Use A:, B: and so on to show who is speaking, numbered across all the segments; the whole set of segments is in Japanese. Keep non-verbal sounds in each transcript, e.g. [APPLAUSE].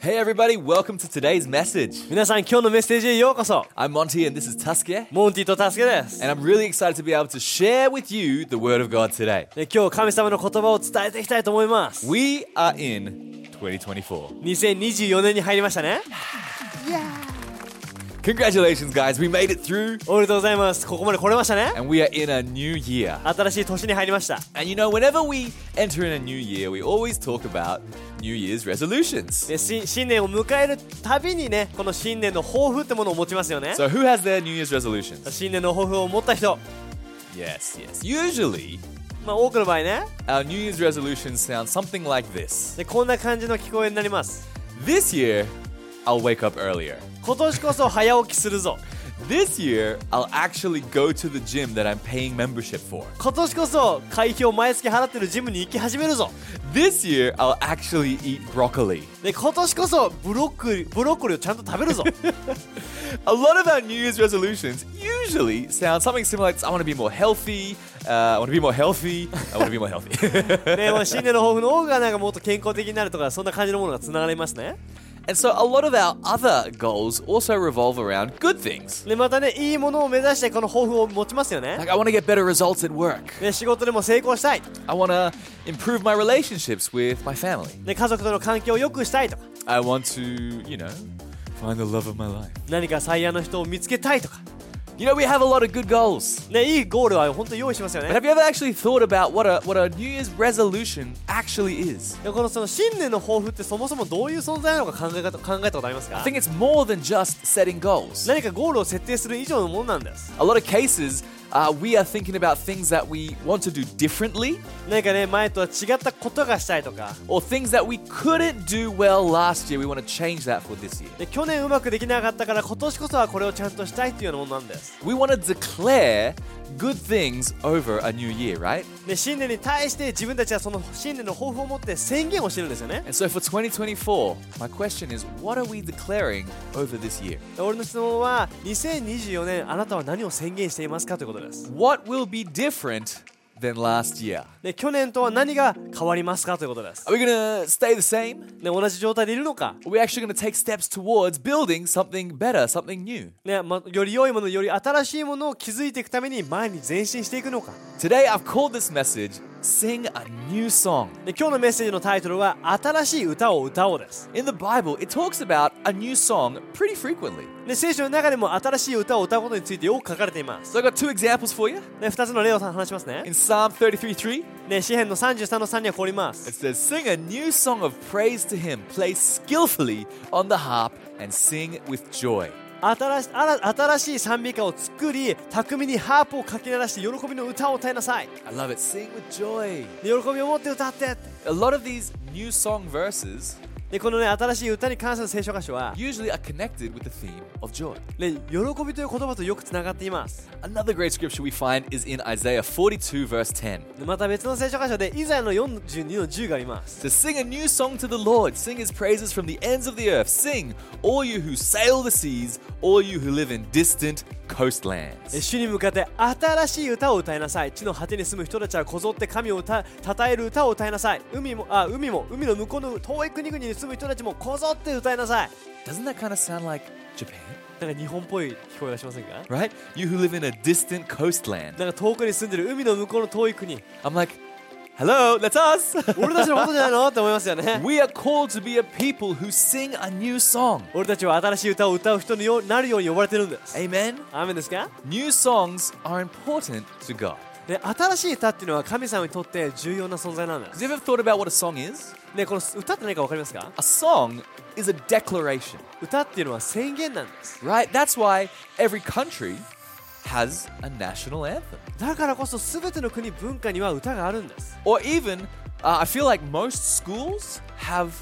A: Hey, everybody, welcome to today's message.
B: 皆さん今日のメッセージへようこそ
A: I'm Monty and this is Tuske,
B: モンティとタスケです、
A: and I'm really excited to be able to share with you the Word of God today.
B: え今日神様の言葉を伝えていきたいと思います
A: We are in 2024.
B: 2024年に入りましたね
A: Congratulations, guys, we made it through,
B: おめでとうございますここまで来れましたね
A: and we are in a new year.
B: 新しい年に入りました
A: And you know, whenever we enter in a new year, we always talk about New Year's resolutions.
B: でし新年を迎えるたびにねこの新年の抱負ってものを持ちますよね
A: So, who has their New Year's resolutions?
B: 新年の抱負を持った人
A: Yes, yes. Usually,
B: まあ多くの場合ね
A: our New Year's resolutions sound something like this
B: でこんな感じの聞こえになります
A: This year, I'll wake up earlier.
B: 今年こそ早起きするぞ
A: This year, I'll actually go to the gym that I'm paying membership for.
B: 今年こそ会費を毎月払ってるジムに行き始めるぞ
A: This year, I'll actually eat broccoli.
B: で今年こそブロッコリーブロッコリーをちゃんと食べる
A: [LAUGHS]
B: ぞ
A: A lot of our New Year's resolutions usually sound something similar like I want to be more healthy, uh, I want to be more healthy, I want to be more healthy. [LAUGHS]
B: ね、まあ新年の抱負の多くがなんかもっと健康的になるとかそんな感じのものがつながりますね
A: And so a lot of our other goals also revolve around good things.
B: でまたねいいものを目指してこの抱負を持ちますよね
A: Like I want to get better results at work.
B: で仕事でも成功したい
A: I want to improve my relationships with my family.
B: で家族との関係を良くしたいとか
A: I want to, you know, find the love of my life.
B: 何か最愛の人を見つけたいとか
A: You know, we have a lot of good goals.
B: ねいいゴールは本当に用意しますよ
A: But
B: ね
A: have you ever actually thought about what a what a New Year's resolution actually is?
B: でこのその新年の抱負ってそもそもどういう存在なのか考え方考えたことありますか
A: I think it's more than just setting goals.
B: 何かゴールを設定する以上のものなんです
A: A lot of cases, uh, we are thinking about things that we want to do differently
B: 何かね前とは違ったことがしたいとか
A: or things that we couldn't do well last year. We want to change that for this year.
B: で去年うまくできなかったから今年こそはこれをちゃんとしたいっていうようなものなんです
A: We want to declare good things over a new year, right?
B: で新年に対して自分たちはその新年の抱負を持って宣言をしてるんですよね
A: And so for 2024, my question is what are we declaring over this year?
B: で俺の質問は2024年あなたは何を宣言していますかということです
A: What will be different than last year?
B: で去年とは何が変わりますかということです
A: Are we going to stay the same?
B: で同じ状態でいるのか、
A: Are we actually going to take steps towards building something better, something new?
B: ねま、より良いものより新しいものを築いていくために前に前進していくのか
A: Today, I've called this message Sing a New Song.
B: で今日のメッセージのタイトルは「新しい歌を歌おう」です
A: In the Bible, it talks about a new song pretty frequently.
B: で聖書の中でも新しい歌を歌うことについてよく書かれています
A: So I've got two examples for you.
B: で2つの例を話しますね
A: In Psalm 33 3,
B: で詩篇の33の3にはこうあります
A: It says, Sing a new song of praise to him, play skillfully on the harp, and sing with joy.
B: 新し新新しい賛美歌を作り巧みにハープをかき鳴らして喜びの歌を歌いなさい
A: I love it. Sing with joy.
B: で喜びを持って歌ってって
A: A lot of these new song verses
B: でこのね新しい歌に関する聖書箇所は、
A: usually are connected with the theme of joy.
B: ね、喜びという言葉とよくつながっています
A: Another great scripture we find is in Isaiah 42, verse 10.
B: でまた別の聖書箇所でイザヤの42の10があります
A: To sing a new song to the Lord, sing his praises from the ends of the earth. Sing, all you who sail the seas, all you who live in distant
B: で
A: coastlands.
B: 主に向かって新しい歌を歌いなさい地の果てに住む人たちはこぞって神を歌たたえる歌を歌いなさい海もあ海も海の向こうの遠い国々に住む人たちもこぞって歌いなさい
A: Doesn't that kind of sound like Japan?
B: なんか日本っぽい聞こえがしませんか
A: Right? You who live in a distant coastland.
B: なんか遠くに住んでる海の向こうの遠い国
A: I'm like, hello, that's us. [LAUGHS]
B: 俺たちのことじゃないのって思いますよね
A: we are called to be a people who sing a new song.
B: 俺たちは新しい歌を歌う人によなるように呼ばれてるんです
A: Amen?
B: アーメンですか
A: New songs are important to God.
B: で新しい歌っていうのは神様にとって重要な存在なんです
A: Have you ever thought about what a song is?
B: でこの歌って何か分かりますか
A: A song is a declaration,
B: 歌っていうのは宣言なんです
A: right? That's why every country has a national anthem.
B: だからこそ全ての国文化には歌があるんです
A: Or even, uh, I feel like most schools have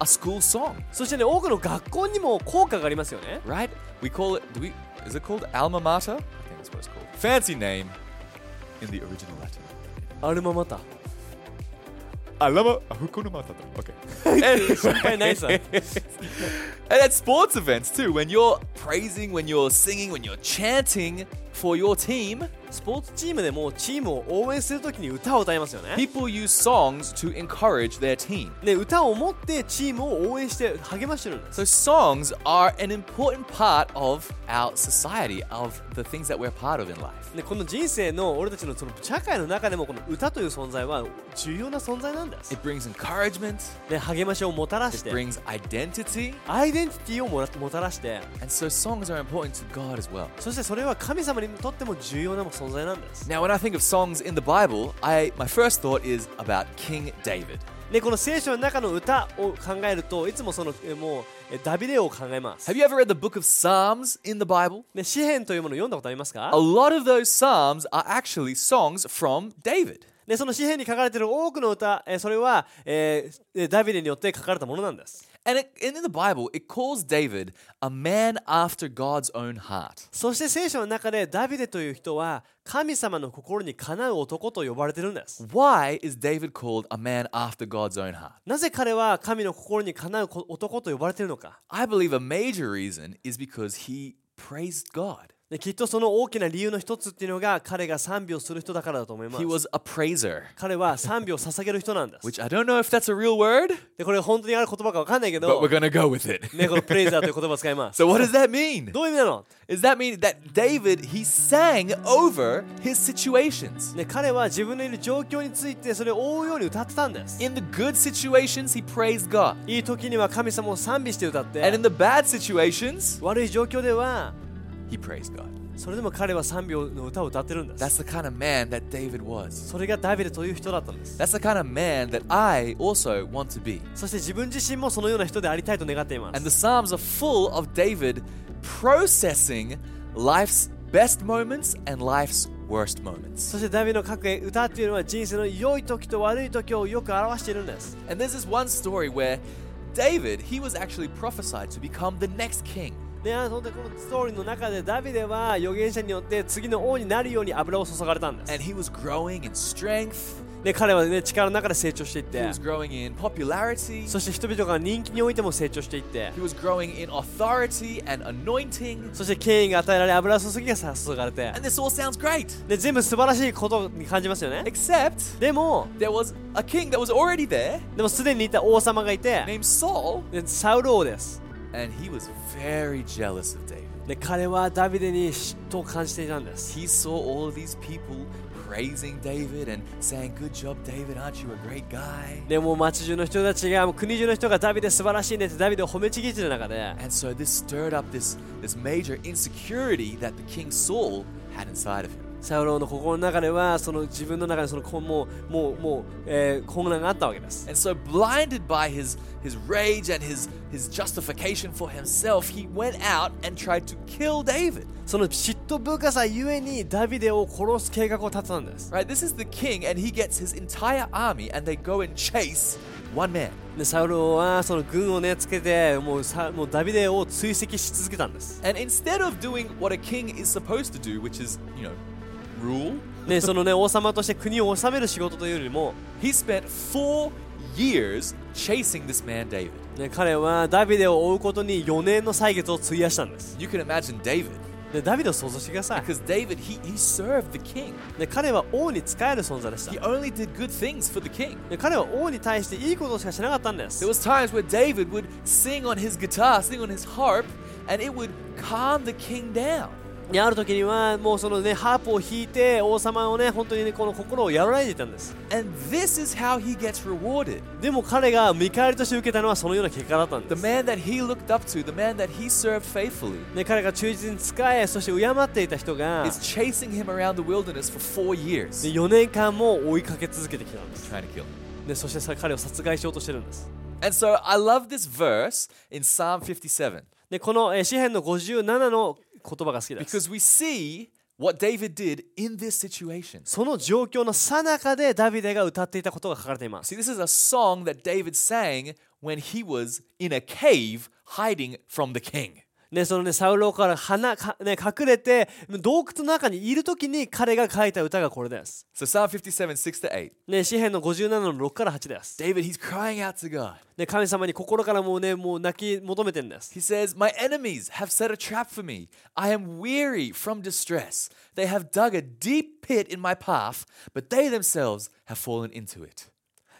A: a school song,
B: そしてね多くの学校にも効果がありますよね
A: right? We call it. Do we? Is it called alma mater? I think that's what it's called. Fancy name in the original Latin.
B: アルママタ
A: Alma Hukunamata. Okay.
B: Very nice.
A: and at sports events too, when you're praising, when you're singing, when you're chanting for your team,
B: スポーツチームでもチームを応援するときに歌を歌いますよね
A: people use songs to encourage their team.
B: ね歌を持ってチームを応援して励ましてるんです
A: So songs are an important part of our society, of the things that we're part of in life.
B: でこの人生の俺たちのその社会の中でもこの歌という存在は重要な存在なんです、
A: It brings encouragement,
B: ね、励ましをもたらし
A: it
B: て
A: brings identity,
B: アイデンティティをもらもたらして
A: and so songs are important to God as well.
B: そしてそれは神様にとっても重要な存在なんです、
A: Now, when I think of songs in the Bible, I my first thought is about King David.
B: ね、この聖書の中の歌を考えるといつもそのえもうえダビデを考えます
A: Have you ever read the book of Psalms in the Bible?
B: ね、詩篇というものを読んだことありますか
A: A lot of those psalms are actually songs from David.
B: でその詩篇に書かれている多くの歌、えーそれは、えーえーダビデによって書かれたものなんです。
A: And, it, and in the Bible, it calls David a man after God's own heart.
B: そして聖書の中でダビデという人は神様の心にかなう男と呼ばれてるんです。
A: Why is David called a man after God's own heart?
B: なぜ彼は神の心にかなうこ男と呼ばれてるのか、
A: I believe a major reason is because he praised God.
B: ねきっとその大きな理由の一つっていうのが彼が賛美をする人だからだと思いま
A: He
B: す。
A: was a praiser,
B: 彼は賛美を捧げる人なんです。
A: which I don't know if that's a real word,
B: でこれ本当にある言葉かわかんないけ
A: but
B: ど
A: we're、going to go with it.
B: ね、
A: [LAUGHS]
B: このプレイザーという言葉を使います。
A: So, what does that mean?
B: どういう意味なの、
A: Does that mean that David, he sang over his situations?
B: ね、彼は自分のいる状況についてそれを覆うように歌ってたんです。
A: In the good situations, he praised God.
B: いい時には神様を賛美して歌っ
A: And in
B: て
A: the bad situations,
B: 悪い状況では
A: he praised God.
B: それでも彼は賛美の歌を歌ってるんです
A: That's the kind of man that David was.
B: それがダビデという人だったんです
A: That's the kind of man that I also want to be.
B: そして自分自身もそのような人でありたいと願っていま
A: And the
B: す
A: Psalms are full of David processing life's best moments and life's
B: そ
A: worst moments.
B: してダビデの各歌っていうのは人生の良い時と悪い時をよく表しているんです
A: And there's this one story where David, he was actually prophesied to become the next king.
B: であの本当にこのストーリーの中でダビデは預言者によって次の王になるように油を注がれたんで
A: And
B: す
A: he was growing in strength,
B: で彼はね力の中で成長していっ
A: he
B: て
A: was growing in popularity,
B: そして人々が人気においても成長していって
A: he was growing in authority and anointing.
B: そして権威が与えられ油注ぎが注がれて
A: And this all sounds great,
B: で全部素晴らしいことに感じますよね
A: except
B: でも
A: there was a king that was already there
B: でもすでにいた王様がいて
A: named Saul,
B: でサウル王です
A: and he was very jealous of David.
B: で彼はダビデに嫉妬を感じていたんです
A: He saw all of these people praising David and saying, Good job, David, aren't you a great guy?
B: でもう町中の人たちがもう国中の人がダビデ素晴らしいねってダビデを褒めちぎってる中で
A: And so this stirred up this, this major insecurity that the king Saul had inside of him.
B: サウル王の心の中ではその自分の中でそのこうもうもうもう、えー混乱があったわけです
A: And so, blinded by his, his rage and his, his justification for himself, he went out and tried to kill David.
B: その嫉妬深さゆえにダビデを殺す計画を立てたんです
A: Right? This is the king, and he gets his entire army, and they go and chase one man.
B: でサウル王はその軍をねつけてもうさもうダビデを追跡し続けたんです
A: And instead of doing what a king is supposed to do, which is, you know, rule,
B: でそ [LAUGHS] のね王様として国を治める仕事というよりも
A: he spent four years chasing this man, David.
B: で彼はダビデを追うことに4年の歳月を費やしたんです
A: You can imagine David,
B: でダビデを想像してくだ [LAUGHS] さい
A: because David, he, he served the king.
B: で彼は王に仕える存在でし
A: He
B: た
A: only did good things for the king.
B: で彼は王に対していいことしかしなかったんです
A: There was times where David would sing on his guitar, sing on his harp, and it would calm the king down.
B: である時にはもうそのねハープを弾いて王様をね本当にねこの心を和らいでいたんです
A: And this is how he gets rewarded.
B: でも彼が見返りとして受けたのはそのような結果だったん
A: The
B: です
A: man that he looked up to, the man that he served faithfully,
B: で彼が忠実に仕えそして敬っていた人が
A: is chasing him around the wilderness for four
B: で
A: years,
B: 4年間も追いかけ続けてきたんです
A: trying to kill him.
B: でそしてさ彼を殺害しようとしてるんです
A: And so I love this verse in Psalm 57
B: でこの、えー詩篇の57の言葉が好きです
A: because we see what David did in this situation.
B: その状況の最中でダビデが歌っていたことが書かれています
A: See, this is a song that David sang when he was in a cave hiding from the king.
B: ね、そのね、サウローから花か、ね、隠れて洞窟の中にいる時に彼が書いた歌がこれです。
A: So Psalm 57, 6 to 8.
B: ね、詩篇の57の6から8です。
A: David, he's crying out to God.
B: ね、神様に心からもうね、もう泣き求めてるんです。
A: He says, My enemies have set a trap for me. I am weary from distress. They have dug a deep pit in my path, but they themselves have fallen into it.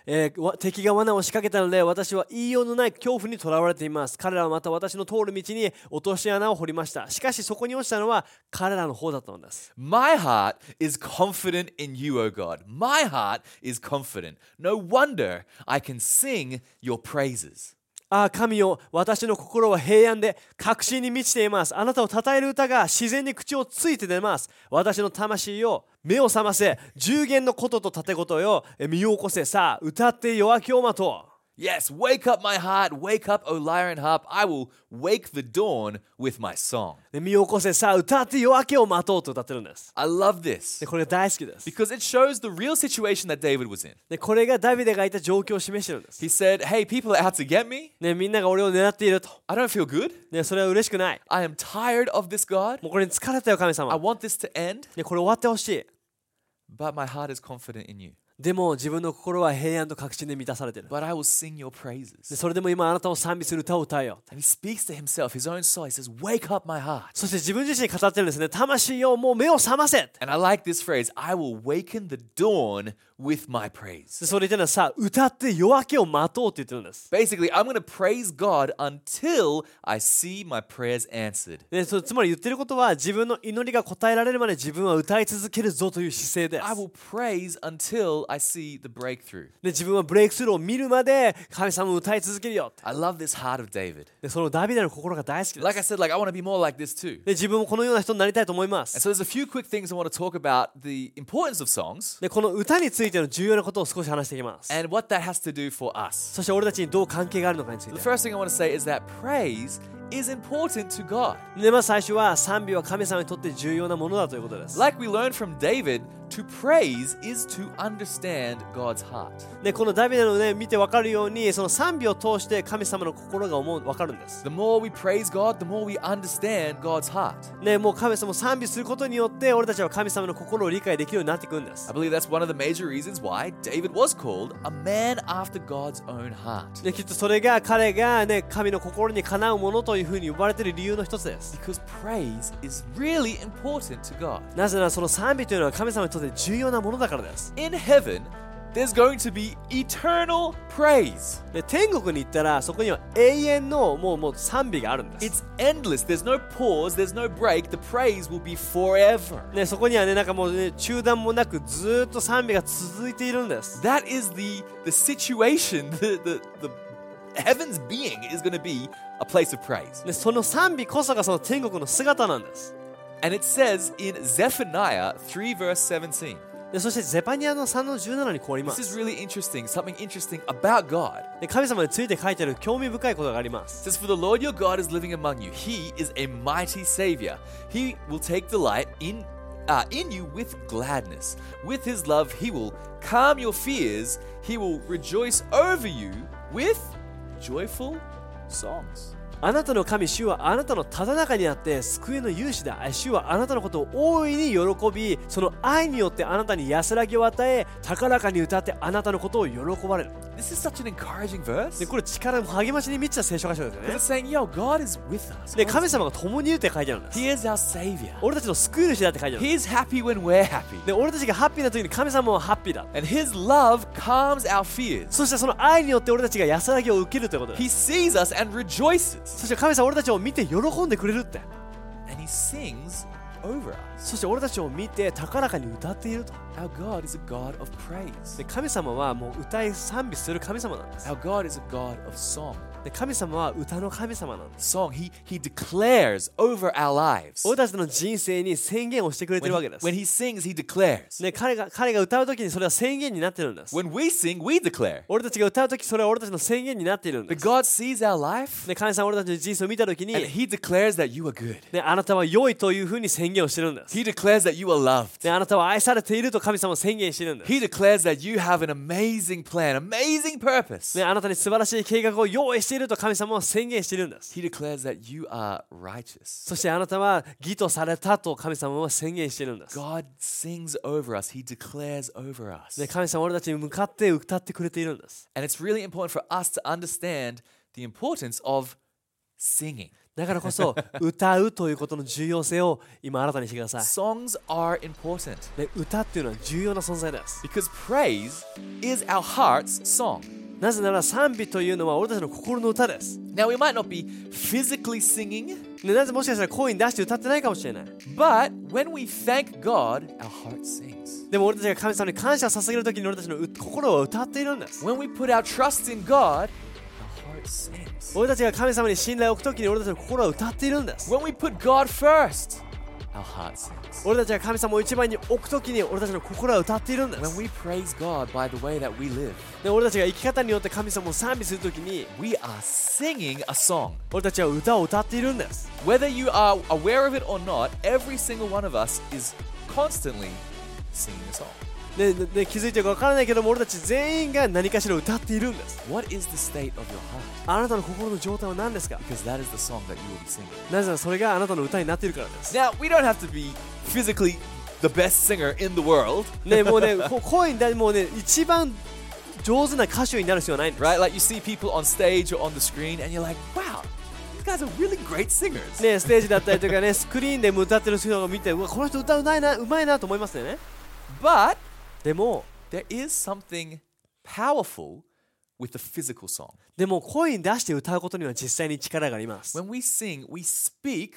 B: えーわ敵が罠を仕掛けたので私は言いようのない恐怖にとらわれています彼らはまた私の通る道に落とし穴を掘りましたしかしそこに落ちたのは彼らの方だったのです
A: My heart is confident in you, O God. My heart is confident. No wonder I can sing your praises.
B: ああ神よ私の心は平安で確信に満ちていますあなたを称える歌が自然に口をついて出ます私の魂よ目を覚ませ十言のことと盾事よえー身を起こせさあ歌って夜明けを待とう
A: Yes, wake up, my heart. Wake up, O lyre and harp. I will wake the dawn with my song.
B: で身を起こせさあ歌って夜明けを待とうと歌ってるんです
A: I love this
B: でこれが大好きです
A: because it shows the real situation that David was in.
B: でこれがダビデがいた状況を示してるんです
A: He said, Hey, people are out to get me.
B: ね、みんなが俺を狙っていると。
A: I don't feel good.
B: ね、それは嬉しくない。
A: I am tired of this God.
B: もうこれに疲れたよ、神
A: I
B: 様。
A: want this to end,
B: ね、これ終わってほしい。
A: but my heart is confident in you.
B: でも自分の心は平安と確信で満たされてる。
A: But I will sing your
B: で
A: praises.
B: それでも今あなたを賛美する歌を歌えよ。
A: And he speaks to himself, his own soul. He says, Wake up, my heart.
B: そして自分自身に語ってるんですね。魂よ、もう目を覚ませ
A: And I like this phrase I will waken the dawn with my
B: で
A: praise.
B: それ言ってるのはさ、歌って夜明けを待とうって言ってるんです。
A: Basically, I'm going to praise God until I see my prayers answered.
B: ね、そつまり言ってることは自分の祈りが答えられるまで自分は歌い続けるぞという姿勢で
A: I
B: す。
A: will praise until I see the breakthrough.
B: で自分はブレイクスルーを見るまで神様を歌い続けるよって
A: I love this heart of David.
B: でそのダビデの心が大好きで
A: Like I
B: す。
A: said, like I want to be more like this too.
B: で自分もこのような人になりたいと思います
A: And。so there's a few quick things I want to talk about the importance of songs
B: でこの歌についての重要なことを少し話していきます
A: and what that has to do for us.
B: そして俺たちにどう関係があるのかについ
A: The
B: て
A: first thing I want to say is that praise is important to God.
B: でまず最初は賛美は神様にとって重要なものだということです
A: Like we learned from David, to praise is to understand God's heart.
B: でこのダビデのね見て分かるようにその賛美を通して神様の心が思う分かるんです
A: The more we praise God, the more we understand God's heart.
B: ねもう神様を賛美することによって俺たちは神様の心を理解できるようになっていくんで
A: I
B: す
A: believe that's one of the major reasons why David was called a man after God's own heart.
B: できっとそれが彼がね神の心にかなうものというふうに呼ばれている理由の一つです
A: Because praise is really important to God.
B: なぜならその賛美というのは神様にとって重要なものだからです
A: In heaven, there's going to be eternal praise.
B: で天国に行ったらそこには永遠のもうもう賛美があるんです
A: It's endless. There's no pause, there's no break. The praise will be forever.
B: ね、そこにはねなんかもう、ね、中断もなくずーっと賛美が続いているんです。
A: That is the the situation. [LAUGHS] The the, the heaven's being is going to be a place of praise.
B: でその賛美こそがその天国の姿なんです。
A: And it says in Zephaniah 3 verse 17.
B: でそしてゼパニアの3の17にこうありま
A: This is
B: す。
A: really interesting. Something interesting about God.
B: で神様について書いてある興味深いことがありま
A: It
B: す。
A: says, For the Lord your God is living among you. He is a mighty Savior. He will take delight in, uh, in you with gladness. With his love, he will calm your fears. He will rejoice over you with joyful songs.
B: あなたの神主はあなたのただ中にあって救いの勇士だ。主はあなたのことを大いに喜び、その愛によってあなたに安らぎを与え、高らかに歌ってあなたのことを喜ばれる。
A: This is such an encouraging verse.
B: でこれ力も励ましに満ちた聖書箇所ですよ
A: Because
B: ね
A: it's。saying, yo, God is with us.
B: で神様が共にいるって書いてあるんです。
A: He is our Savior.
B: 俺たちの救い主だって書いてある。
A: He is happy when we're happy.
B: で俺たちがハッピーな時に神様はハッピーだ
A: And his love calms our fears.
B: そしてその愛によって俺たちが安らぎを受けるということだ
A: He sees us and rejoices.
B: そして神様は俺たちを見て喜んでくれるって
A: And he sings over us.
B: そして俺たちを見て高らかに歌っていると
A: Our God is a God of praise.
B: で神様はもう歌い賛美する神様なんです
A: Our God is a God of song.
B: で神様は歌の神様なんです
A: song. He, he declares over our lives.
B: 俺たちの人生に宣言をしてくれて
A: When
B: るわ
A: he,
B: けです
A: when he sings, he declares.
B: ね、彼が彼が歌うときにそれは宣言になってるんです。
A: When we sing, we declare.
B: 俺たちが歌うときそれは俺たちの宣言になっているんで
A: But
B: す。
A: God sees our life
B: ね、神様俺たちの人生を見たときに、
A: and
B: ね、
A: he declares that you are good.
B: あなたは良いというふうに宣言をしてるんです。
A: He declares that you are loved.
B: ね、あなたは愛されていると神様は宣言してるんです。
A: He declares that you have an amazing plan, amazing purpose.
B: ね、あなたに素晴らしい計画を用意していると神様は宣言しているんです。
A: He declares that you are righteous.
B: そしてあなたは義とされたと神様は宣言しているんです。
A: God sings over us. He declares over us.
B: ね、神様は俺たちに向かって歌ってくれているんです。
A: And it's really important for us to understand the importance of singing.
B: だからこ
A: [LAUGHS]
B: そ歌うということの重要性を今新たにしてください。
A: Songs are important
B: ね、歌っていうのは重要な存在です。
A: because praise is our heart's song.
B: なぜなら賛美というのは俺たちの心の歌です。
A: Now, we might not be physically singing,
B: ね、なぜもしかしたら声に出して歌ってないかもしれない。
A: but when we thank God, our heart sings.
B: でも俺たちが神様に感謝を捧げるときに俺たちのう心を歌っているんです。
A: When we put our trust in God, our heart sings.
B: 俺たちが神様に信頼を置くときに俺たちの心は歌っているんです。
A: When we put God first, our heart sings.
B: 俺たちが神様を一番に置くときに俺たちの心は歌っているんで
A: When
B: す。
A: we praise God by the way that we live,
B: で俺たちが生き方によって神様を賛美するときに
A: we are singing a song.
B: 俺たちは歌を歌っているんです。
A: Whether you are aware of it or not, every single one of us is constantly singing a song.
B: ねねね気づいてるかわからないけども俺たち全員が何かしら歌っているんです。
A: What is the state of your heart?
B: あなたの心の状態は何ですか
A: Because that is the song that you will be singing.
B: なぜならそれがあなたの歌になっているからです。
A: Now, we don't have to be physically the best singer in the world,
B: [LAUGHS] ね、もうね、 [LAUGHS] こ声にだもうね、一番上手な歌手になる必要はないんです。
A: right? Like you see people on stage or on the screen and you're like, wow, these guys are really great
B: [LAUGHS]
A: singers.
B: ね、ステージだったりとかね、スクリーンでも歌ってる人を見て、うわ、この人歌うまいな、うまいなと思いますよね。
A: But
B: でも、
A: there is something powerful with the physical song.
B: でも声に出して歌うことには実際に力があります。
A: When we sing, we speak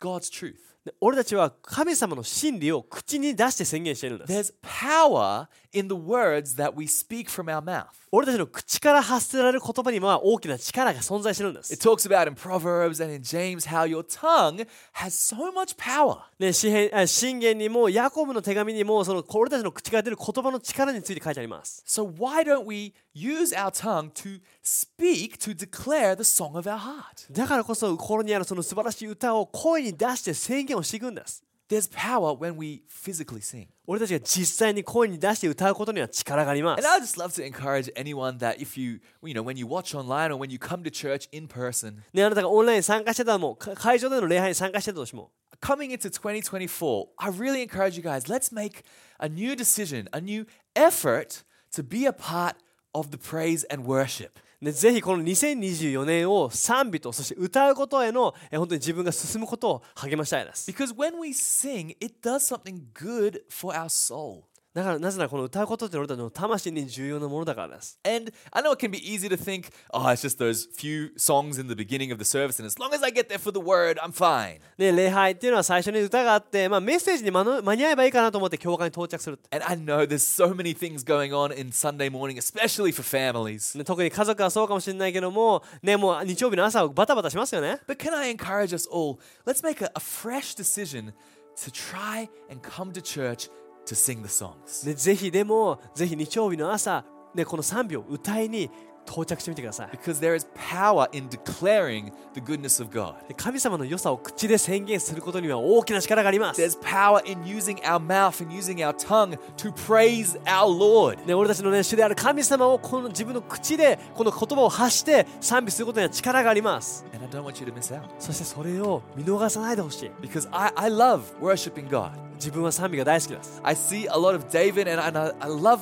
A: God's truth.
B: で俺たちは神様の真理を口に出して宣言しているんです。
A: There's power in the words that we speak from our mouth.
B: 俺たちの口から発せられる言葉には大きな力が存在してるんで
A: It
B: す。
A: talks about in Proverbs and in James how your tongue has so much power.
B: ね、詩編あ信玄にもヤコブの手紙にもその俺たちの口から出る言葉の力について書いてあります。
A: So why don't we use our tongue to speak to declare the song of our heart?
B: だからこそ心にあるその素晴らしい歌を声に出して宣言をしていくんです。
A: There's power when we physically sing.
B: 俺たちが実際に声に出して歌うことには力がありま
A: And
B: す。
A: I just love to encourage anyone that if you, you know, when you watch online or when you come to church in person,
B: ね、あなたがオンラインに参加してたのも、か会場での礼拝に参加してたとしても、
A: coming into 2024, I really encourage you guys, let's make a new decision, a new effort to be a part of the praise and worship.
B: ね、ぜひこの2024年を賛美と、そして歌うことへの、え本当に自分が進むことを励ましたいです。
A: Because when we sing, it does something good for our soul.
B: だから、なぜならこの歌うことって俺たちの魂に重要なものだからです。
A: And I know it can be easy to think, oh, it's just those few songs in the beginning of the service, and as long as I get there for the word, I'm fine.
B: ね、礼拝っていうのは最初に歌があって、まあ、メッセージに間の間に合えばいいかなと思って教会に到着するって。
A: And I know there's so many things going on in Sunday morning, especially for families.
B: ね特に家族はそうかもしれないけども、ね、もう日曜日の朝はバタバタしますよね。
A: But can I encourage us all? Let's make a, a fresh decision to try and come to church to sing the songs.
B: でぜひでもぜひ日曜日の朝、ね、この3秒歌いに到着してみてください
A: Because there is power in declaring the goodness of God.
B: で神様の良さを口で宣言することには大きな力があります
A: There's power in using our mouth and using our tongue to praise our Lord.
B: で俺たちの、ね、主である神様をこの自分の口でこの言葉を発して賛美することには力があります
A: And I don't want you to miss out.
B: そしてそれを見逃さないでほしい
A: Because I, I love worshiping God.
B: 自分は賛美が大好きです。
A: I see a lot of David and I, and I I love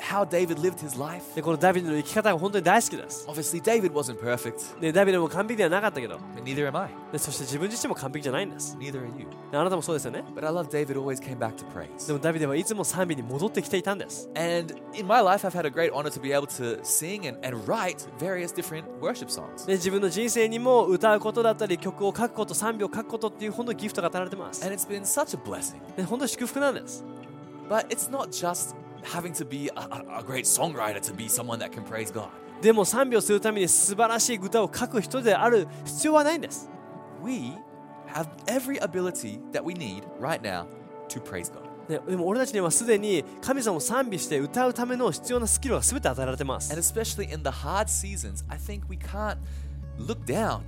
A: how David lived his life.
B: でこのダビデの生き方が本当に大好きです。
A: Obviously, David wasn't perfect,
B: でダビデも完璧ではなかったけど、
A: and neither am I.
B: でそして自分自身も完璧じゃないんです。
A: Neither are you.
B: であなたもそうですよね。
A: But I love David always came back to praise.
B: でもダビデはいつも賛美に戻ってきていたんです。
A: And in my life, I've had a great honor to be able to sing and, and write various different worship songs.
B: で自分の人生にも歌うことだったり曲を書くこと賛美を書くことっていう本当にギフトが与えられてます
A: And it's been such a blessing.
B: で本当に祝福なんです
A: But it's not just having to be a, a, a great songwriter to be someone that can praise God.
B: でも賛美をするために素晴らしい歌を書く人である必要はないんです。
A: We have every ability that we need right now to praise God.
B: ね、でも俺たちにはすでに神様を賛美して歌うための必要なスキルは全て与えられてま
A: And
B: す。
A: especially in the hard seasons, I think we can't look down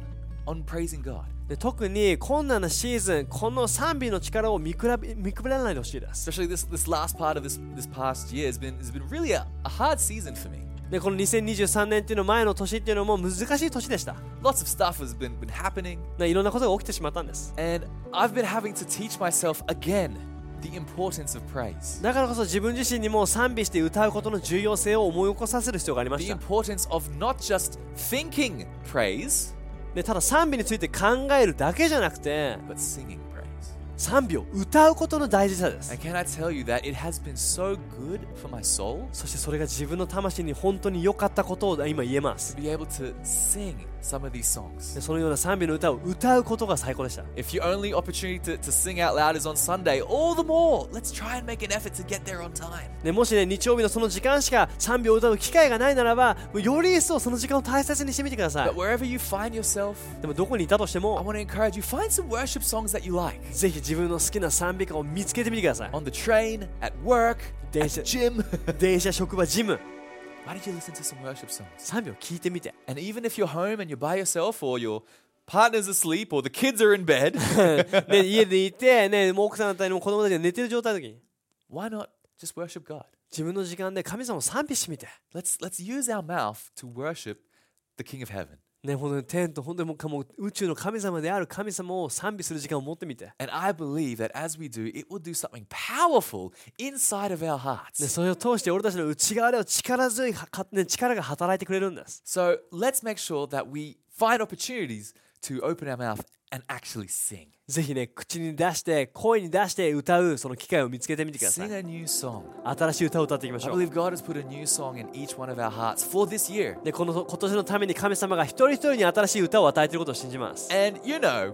A: on praising God.
B: で特に困難なシーズン、この賛美の力を見比べ見比べらないでほしいです。
A: Especially this, this last part of this, this past year has been, has been really a, a hard season for me.
B: でこの2023年っていうの前の年っていうのも難しい年でした。
A: Lots of stuff has been, been happening,
B: ねいろんなことが起きてしまったんです。
A: and I've been having to teach myself again the importance of praise,
B: だからこそ自分自身にも賛美して歌うことの重要性を思い起こさせる必要がありまし
A: the
B: た。
A: importance of not just thinking praise,
B: でただ賛美について考えるだけじゃなくて
A: but singing praise.
B: 賛美を歌うことの大事さです
A: And can I tell you that it has been so good for my soul
B: そしてそれが自分の魂に本当に良かったことを今言えます
A: to be able to sing some of these
B: で
A: songs?
B: そのような賛美の歌を歌うことが最高でした
A: If your only opportunity to, to sing out loud is on Sunday, all the more, let's try and make an effort to get there on time.
B: でもしね日曜日のその時間しか賛美を歌う機会がないならばもうより一層その時間を大切にしてみてくださ
A: But
B: い
A: wherever you find yourself,
B: でもどこにいたとして
A: I
B: も
A: want to encourage you find some worship songs that you like.
B: ぜひ自分の好きな賛美歌を見つけてみてください
A: On the train, at work, at
B: There's
A: the
B: a-
A: gym. [LAUGHS]
B: 電車職場ジム
A: Why don't you listen to some worship songs?
B: 賛美を聞いてみ
A: [LAUGHS]
B: て
A: And even if you're home and you're by yourself, or your partner's asleep, or the kids are in bed,
B: [LAUGHS] で家でいて、ね、もう奥さんだったりもう子供たちが寝てる状態の時に
A: why not just worship God?
B: 自分の時間で神様を賛美してみて
A: Let's let's use our mouth to worship the King of Heaven.
B: ね、本当に天と本当にもうかもう宇宙の神様である神様を賛美する時間を持ってみて、ね、
A: And I believe that as we do, it will do something powerful inside of our hearts.
B: それを通して俺たちの内側では力強いはか、ね、力が働いてくれるんです。
A: So let's make sure that we find opportunities to open our mouth and actually sing.
B: ぜひね、口に出して、声に出して歌うその機会を見つけてみてくださ
A: Sing
B: い。
A: a new song.
B: 新しい歌を歌っていきまし
A: I
B: ょう。
A: believe God has put a new song in each one of our hearts for this year.
B: で、この今年のために神様が一人一人に新しい歌を与えていることを信じます。
A: And you know,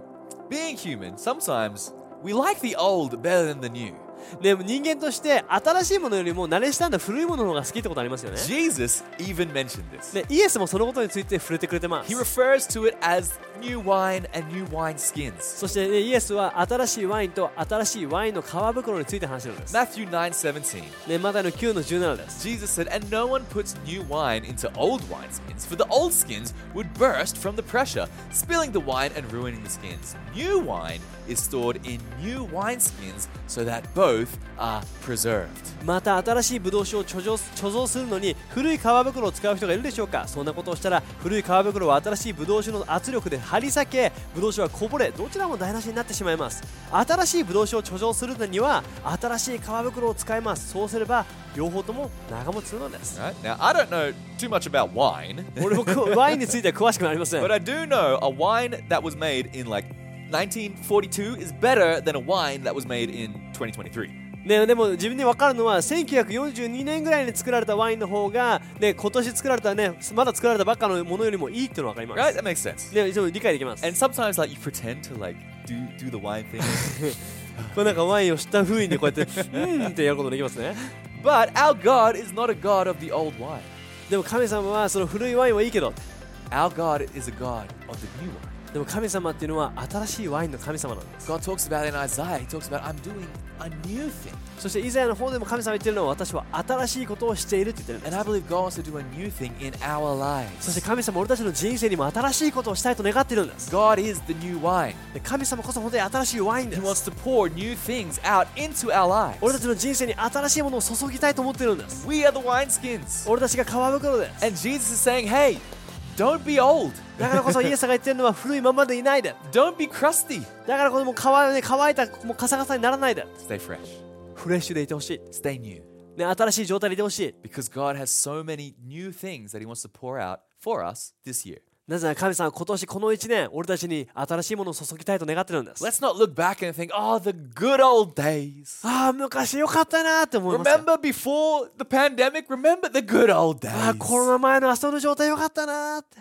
A: being human, sometimes we like the old better than the new.
B: でも人間として新しいものよりも慣れしたんだ古いものの方が好きってことありますよね。
A: Jesus even mentioned this.
B: で、イエスもそのことについて触れてくれてま
A: He
B: す。
A: refers to it as new wine and new wine skins.
B: そして、ね、イエスは新しいワインと新しいワインの皮袋について話してるんです。
A: Matthew 9:17.
B: ね、マタイの9の17です。
A: Jesus said, "And no one puts new wine into old wine skins, for the old skins would burst from the pressure, spilling the wine and ruining the skins. New wine is stored in new wine skins so that both are preserved."
B: また新しいブドウ酒を貯蔵貯蔵するのに古い皮袋を使う人がいるでしょうかそんなことをしたら古い皮袋は新しいブドウ酒の圧力で張り裂けブドウ酒はこぼれどちらも台無しになってしまいます新しいブドウ酒を貯蔵するのには新しい皮袋を使いますそうすれば両方とも長持ちするのです
A: Right? Now, I don't know too much about wine, [LAUGHS]
B: 俺もこワインについては詳しくなりません
A: but I do know a wine that was made in like 1942 is better than a wine that was made in 2023.
B: ね、でも自分で分かるのは1942年ぐらいに作られたワインの方が、ね、今年作られたねまだ作られたばっかのものよりもいいっていうのが分かりま
A: Right?
B: す、
A: That makes sense.
B: ね、一応理解できます
A: And sometimes, like, you pretend to like do do the wine thing, [LAUGHS]
B: これなんかワインを知った風にこうやってうんってやることできますね
A: but our God is not a God of the old wine.
B: でも神様はその古いワインはいいけど
A: Our God is a God of the new wine.
B: でも神様っていうのは新しいワインの神様なんです
A: God talks about in Isaiah. He talks about I'm doing a new thing,
B: そして以前の方でも神様言ってるのは私は新しいことをしているって言ってるんで
A: and I
B: す
A: believe God wants to do a new thing in our
B: そして
A: lives.
B: 神様は俺たちの人生にも新しいことをしたいと願ってるんです
A: God is the new wine.
B: で神様こそ本当に新しいワインで
A: He wants
B: す
A: to pour new things out into our
B: 俺た
A: lives.
B: ちの人生に新しいものを注ぎたいと思ってるんです
A: We are the wineskins.
B: 俺たちが皮袋です。
A: And Jesus is saying, hey, don't be old.
B: だからこそイエスが言ってるのは古いままでいないで。
A: Don't be crusty.
B: だからこそもう乾,、ね、乾いたもうカサカサにならないで。
A: Stay fresh.
B: フレッシュでいてほしい。
A: Stay new.
B: ね、新しい状態でいてほしい。
A: Because God has so many new things that He wants to pour out for us this year.
B: なぜなら神様は今年この1年俺たちに新しいものを注ぎたいと願ってるんです。
A: Let's not look back and think, oh, the good old days.
B: ああ、昔よかったなーって思いますよ。
A: Remember before the pandemic? Remember the good old
B: ああ、
A: days.
B: コロナ前のあそこの状態よかったなーって。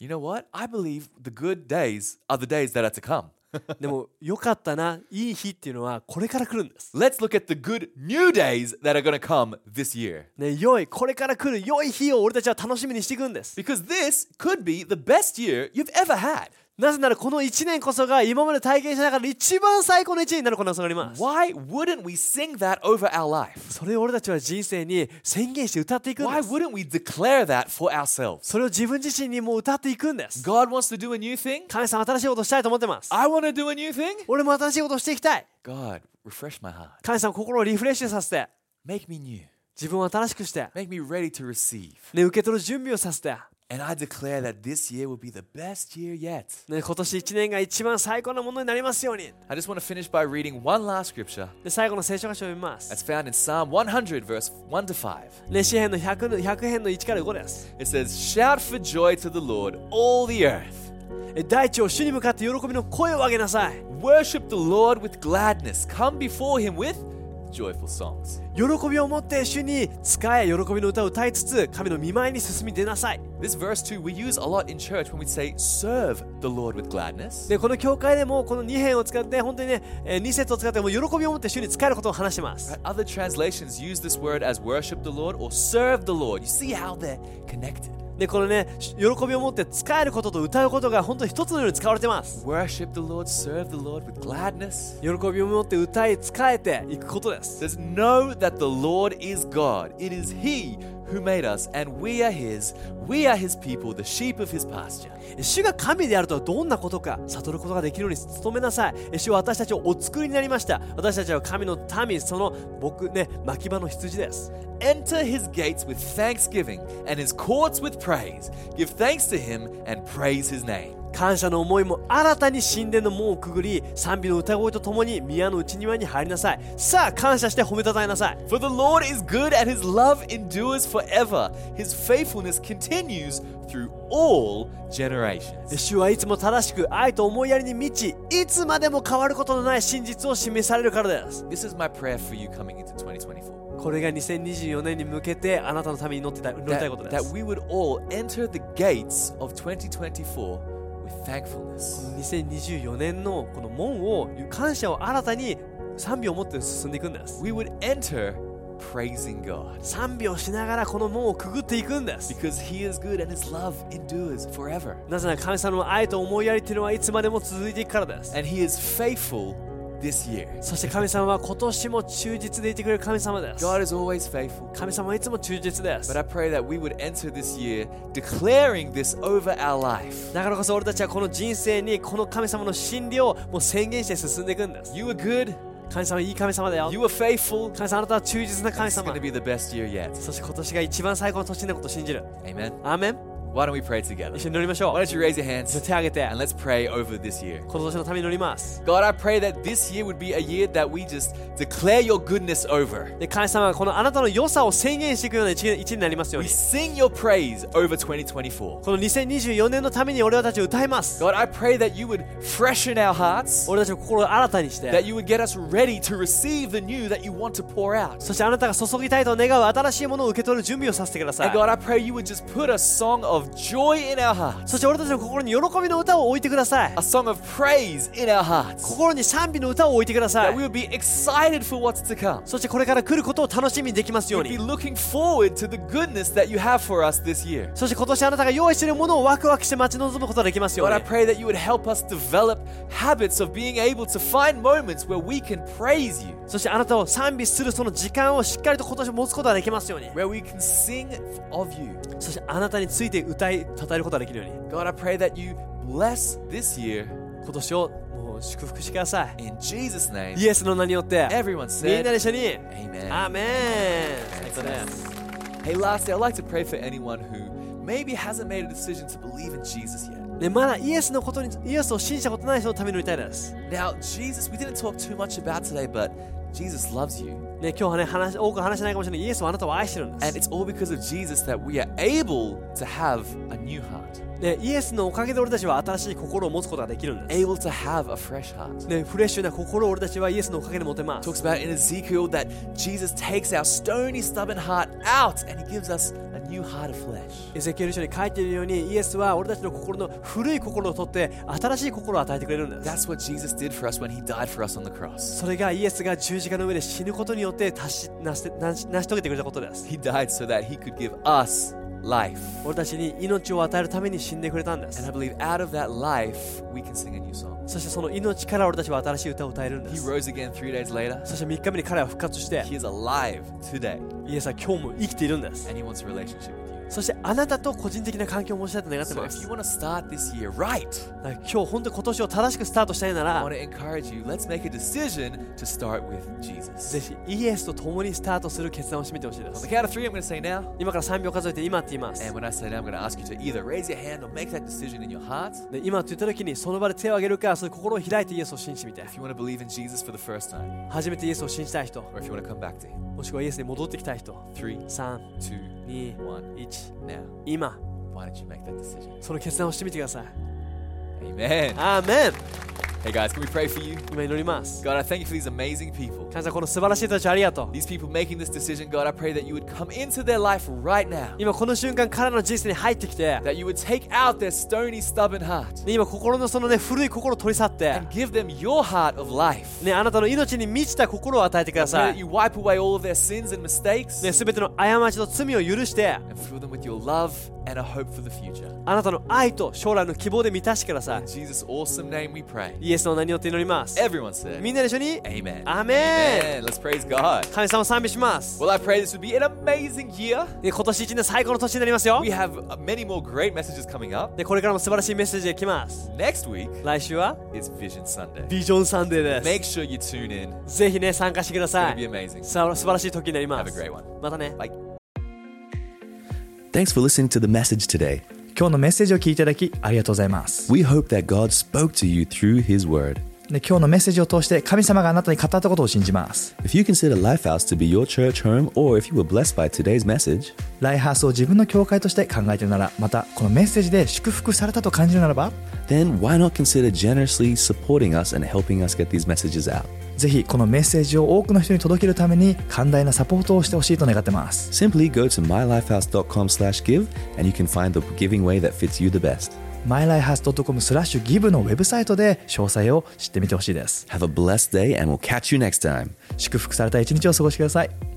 A: You know what? I believe the good days are the days that are to come. [LAUGHS]
B: でも良かったないい日っていうのはこれから来るんです、
A: Let's look at the good new days that are going to come this year.
B: ね、良いこれから来る良い日を俺たちは楽しみにしていくんです
A: Because this could be the best year you've ever had.
B: なぜならこの1年こそが今まで体験した中で一番最高の1年になる可能性があります
A: Why wouldn't we sing that over our life?
B: それを俺たちは人生に宣言して歌っていくん
A: Why
B: です
A: wouldn't we declare that for ourselves?
B: それを自分自身にもう歌っていくんです
A: God wants to do a new thing.
B: 神様新しいことしたいと思ってます
A: I want to do a new thing.
B: 俺も新しいことをしていきたい
A: God, refresh my heart.
B: 神様心をリフレッシュさせて
A: Make me new.
B: 自分を新しくして、
A: Make me ready to receive.
B: ね、受け取る準備をさせて、
A: And I declare that this year will be the best year yet.
B: ね、今年1年が一番最高なものになりますように
A: I just want to finish by reading one last scripture
B: で最後の聖書箇所を読みま
A: that's
B: す、
A: found in Psalm 100, verse 1 to 5.
B: ね、詩篇の 100, の100編の1から5です
A: It says, Shout for joy to the Lord, all the earth.
B: え大地を主に向かって喜びの声を上げなさい
A: Worship the Lord with gladness. Come before him with joyful songs.
B: 喜びを持って主に使え喜びの歌を歌いつつ神の見舞いに進み出なさい
A: This verse too we use a lot in church when we say serve the Lord with gladness.
B: でこの教会でもこの2編を使って本当にね、え2節を使ってもう喜びを持って主に使えることを話してます
A: But Other translations use this word as worship the Lord or serve the Lord. You see how they're connected.
B: でこのね喜びを持って使えることと歌うことが本当に一つのように使われてます
A: Worship the Lord, serve the Lord with gladness.
B: 喜びを持って歌い使えていくことで
A: It
B: す
A: says, Know that the Lord is God. It is He who made us, and we are His. We are His people, the sheep of His pasture.
B: 主が神であるとはどんなことか悟ることができるように努めなさい主は私たちをお作りになりました私たちは神の民その僕ね牧場の羊です
A: Enter His gates with thanksgiving and His courts with praise. Give thanks to Him and praise His name.
B: 感謝の思いも新たに神殿の門をくぐり賛美の歌声とともに宮の内庭に入りなさいさあ感謝して褒めたたえなさい
A: For the Lord is good, and His love endures forever. His faithfulness continues through all generations.
B: 主はいつも正しく愛と思いやりに満ちいつまでも変わることのない真実を示されるからです
A: This is my prayer for you coming into 2024.
B: これが2024年に向けてあなたのために祈ってた祈りたいことで
A: That,
B: す
A: that we would all enter the gates of 2024 with thankfulness.
B: 2024年のこの門を感謝を新たに賛美を持って進んでいくんです
A: we would enter praising God
B: 賛美をしながらこの門をくぐっていくんです
A: because He is good and His love endures forever.
B: なぜなら神様の愛と思いやりっていうのはいつまでも続いていくからです
A: And He is faithful this year.
B: そして神様は今年も忠実でいてくれる神様です
A: God is always faithful.
B: 神様はいつも忠実です
A: But
B: だ
A: I pray that we would enter this year declaring this over our life.
B: からこそ俺たちはこの人生にこの神様の真理をもう宣言して進んでいくんです
A: You are good,
B: 神様いい神様だよ
A: you are faithful.
B: 神様あなたは忠実な神
A: It's going
B: 様
A: to be the best year yet.
B: そして今年が一番最高の年になることを信じる
A: Amen.
B: アーメン
A: Why don't we pray together?
B: 一緒に乗りましょ
A: Why
B: う
A: don't you raise your
B: 一緒
A: hands
B: に手を挙げて
A: and let's pray over this year.
B: 今年のために乗ります
A: God, I pray that this year would be a year that we just declare your goodness over.
B: で神様がこのあなたの良さを宣言していくような一年一年になりますよう
A: We
B: に
A: sing your praise over 2024.
B: この2024年のために俺たちを歌います
A: God, I pray that you would freshen our hearts,
B: 俺たちの心を新たにして
A: that you would get us ready to receive the new that you want to pour out.
B: そしてあなたが注ぎたいと願う新しいものを受け取る準備をさせてくださ
A: And God,
B: い
A: I pray you would just put a song of joy in our hearts,
B: そして俺たちの心に喜びの歌を置いてください
A: a song of praise in our hearts,
B: 心に賛美の歌を置いてくださ
A: that we
B: い
A: would be excited for what's to come.
B: そしてこれから来ることを楽しみにできますよう
A: We'd
B: に
A: be looking forward to the goodness that you have for us this year.
B: そして今年あなたが用意しているものをワクワクして待ち望むことができますよ
A: God,
B: う
A: I
B: に
A: pray that you would help us develop habits of being able to find moments where we can praise you,
B: そしてあなたを賛美するその時間をしっかりと今年持つことができますように
A: where we can sing of you.
B: そしてあなたについて歌い称えることができるように
A: God, I pray that you bless this year
B: 今年をもう祝福してください
A: In Jesus' name,
B: イエスの名によって
A: everyone
B: みんなで
A: said,
B: 一緒に
A: Amen.
B: アーメン
A: Hey, lastly, I'd like to pray for anyone who maybe hasn't made a decision to believe in Jesus yet.
B: ね、まだイエスのことにイエスを信じたことない人のために祈りたいです、ね、
A: Now, Jesus, we didn't talk too much about today, but Jesus loves you.
B: 今日はね話多く話してないかもしれないイエスはあなたを愛してるんで
A: And
B: す、
A: it's all because of Jesus that we are able to have a new heart,
B: ね、イエスのおかげで俺たちは新しい心を持つことができるんです、
A: able to have a fresh heart.
B: ね、フレッシュな心を俺たちはイエスのおかげで持てま
A: talks
B: す
A: about in Ezekiel that Jesus takes our stony, stubborn heart out and he gives us a new heart of flesh.
B: エゼキエル書に書いているようにイエスは俺たちの心の古い心を取って新しい心を与えてくれるんです
A: That's what Jesus did for us when he died for us on the cross.
B: それがイエスが十字架の上で死ぬことによって達し成し成し成し遂げてくれたことです
A: He died so that he could give us life.
B: 俺たちに命を与えるために死んでくれたんで
A: And I
B: す
A: believe out of that life, we can sing a new song.
B: そしてその命から俺たちは新しい歌を歌えるんで
A: He
B: す
A: rose again three days later.
B: そして3日目に彼は復活して
A: He is alive today,
B: イエスは今日も生きているんです
A: and he wants a relationship with you.
B: そしてあなたと個人的な関係を持ちたいと願って
A: So
B: ま
A: if
B: す
A: you want to start this year right,
B: だから今日本当に今年を正しくスタートしたいな
A: I
B: ら
A: want to encourage you. Let's make a decision to start with
B: ぜ
A: Jesus.
B: ひイエスと共にスタートする決断をしてみてほしいで
A: On the
B: す
A: count of three, I'm going to say now.
B: 今から3秒数えて今って言います
A: And when I say now, I'm going to ask you to either raise your hand or make that decision in your heart.
B: で今って言った時にその場で手を挙げるかそれ心を開いてイエスを信じてみて
A: If you want to believe in Jesus for the first time,
B: 初めてイエスを信じたい人
A: or if you want to come back to him.
B: もしくはイエスに戻ってきたい人
A: Three, two,
B: 321
A: one. Now,
B: 今
A: why don't you make that decision?
B: その決断をしてみてください
A: Amen.
B: アーメン
A: Hey guys, can we pray for you?
B: 今祈ります
A: God, I thank you for these amazing people.
B: 神様この素晴らしい人たちありがとう
A: These people making this decision, God, I pray that you would come into their life right now.
B: 今この瞬間彼らの人生に入ってきて
A: That you would take out their stony, stubborn heart
B: で今心のそのね古い心を取り去って
A: and give them your heart of life.
B: ねあなたの命に満ちた心を与えてくだ
A: I pray
B: さ
A: that
B: い
A: you wipe away all of their sins and mistakes
B: ね全ての過ちと罪を許して
A: and fill them with your love and a hope for the future.
B: あなたの愛と将来の希望で満たしてください
A: In Jesus' awesome name we pray.
B: イエスの名によって祈ります
A: Everyone said,
B: みんなで一緒に Amen.
A: Amen. Amen. Let's praise God.
B: 神様を賛美します。
A: Well, I pray this would be an amazing year.
B: で今年一年最高の年になりますよ
A: We。have uh, many more great messages coming up.
B: でこれからも素晴らしいメッセージが来ます。
A: Next week
B: 来週は
A: is Vision Sunday.
B: ビジョンサンデーで
A: Make sure you tune in. It's
B: す。ぜひね参加してくだ
A: going
B: さ
A: to be
B: い。
A: amazing.
B: さ素晴らしい時になりま
A: Have a
B: す
A: great。one.
B: またね。
A: Bye.
C: Thanks for listening to the message today.
D: 今日のメッセージを聞いていただきありがとうございます
C: We hope that God spoke to you through His Word.
D: で今日のメッセージを通して神様があなたに語ったことを信じます
C: If you consider Lifehouse to be your church home, or if you were blessed by today's message,
D: ライハースを自分の教会として考えているならまたこのメッセージで祝福されたと感じるならば
C: then why not consider generously supporting us and helping us get these messages out?
D: ぜひこのメッセージを多くの人に届けるために寛大なサポートをしてほしいと願ってます
C: Simply go to mylifehouse.com/give and you can find the giving way that fits you the best.
D: mylifehas.com スラッシュギブのウェブサイトで詳細を知ってみてほしいです
C: Have a blessed day and we'll catch you next time.
D: 祝福された一日を過ごしてください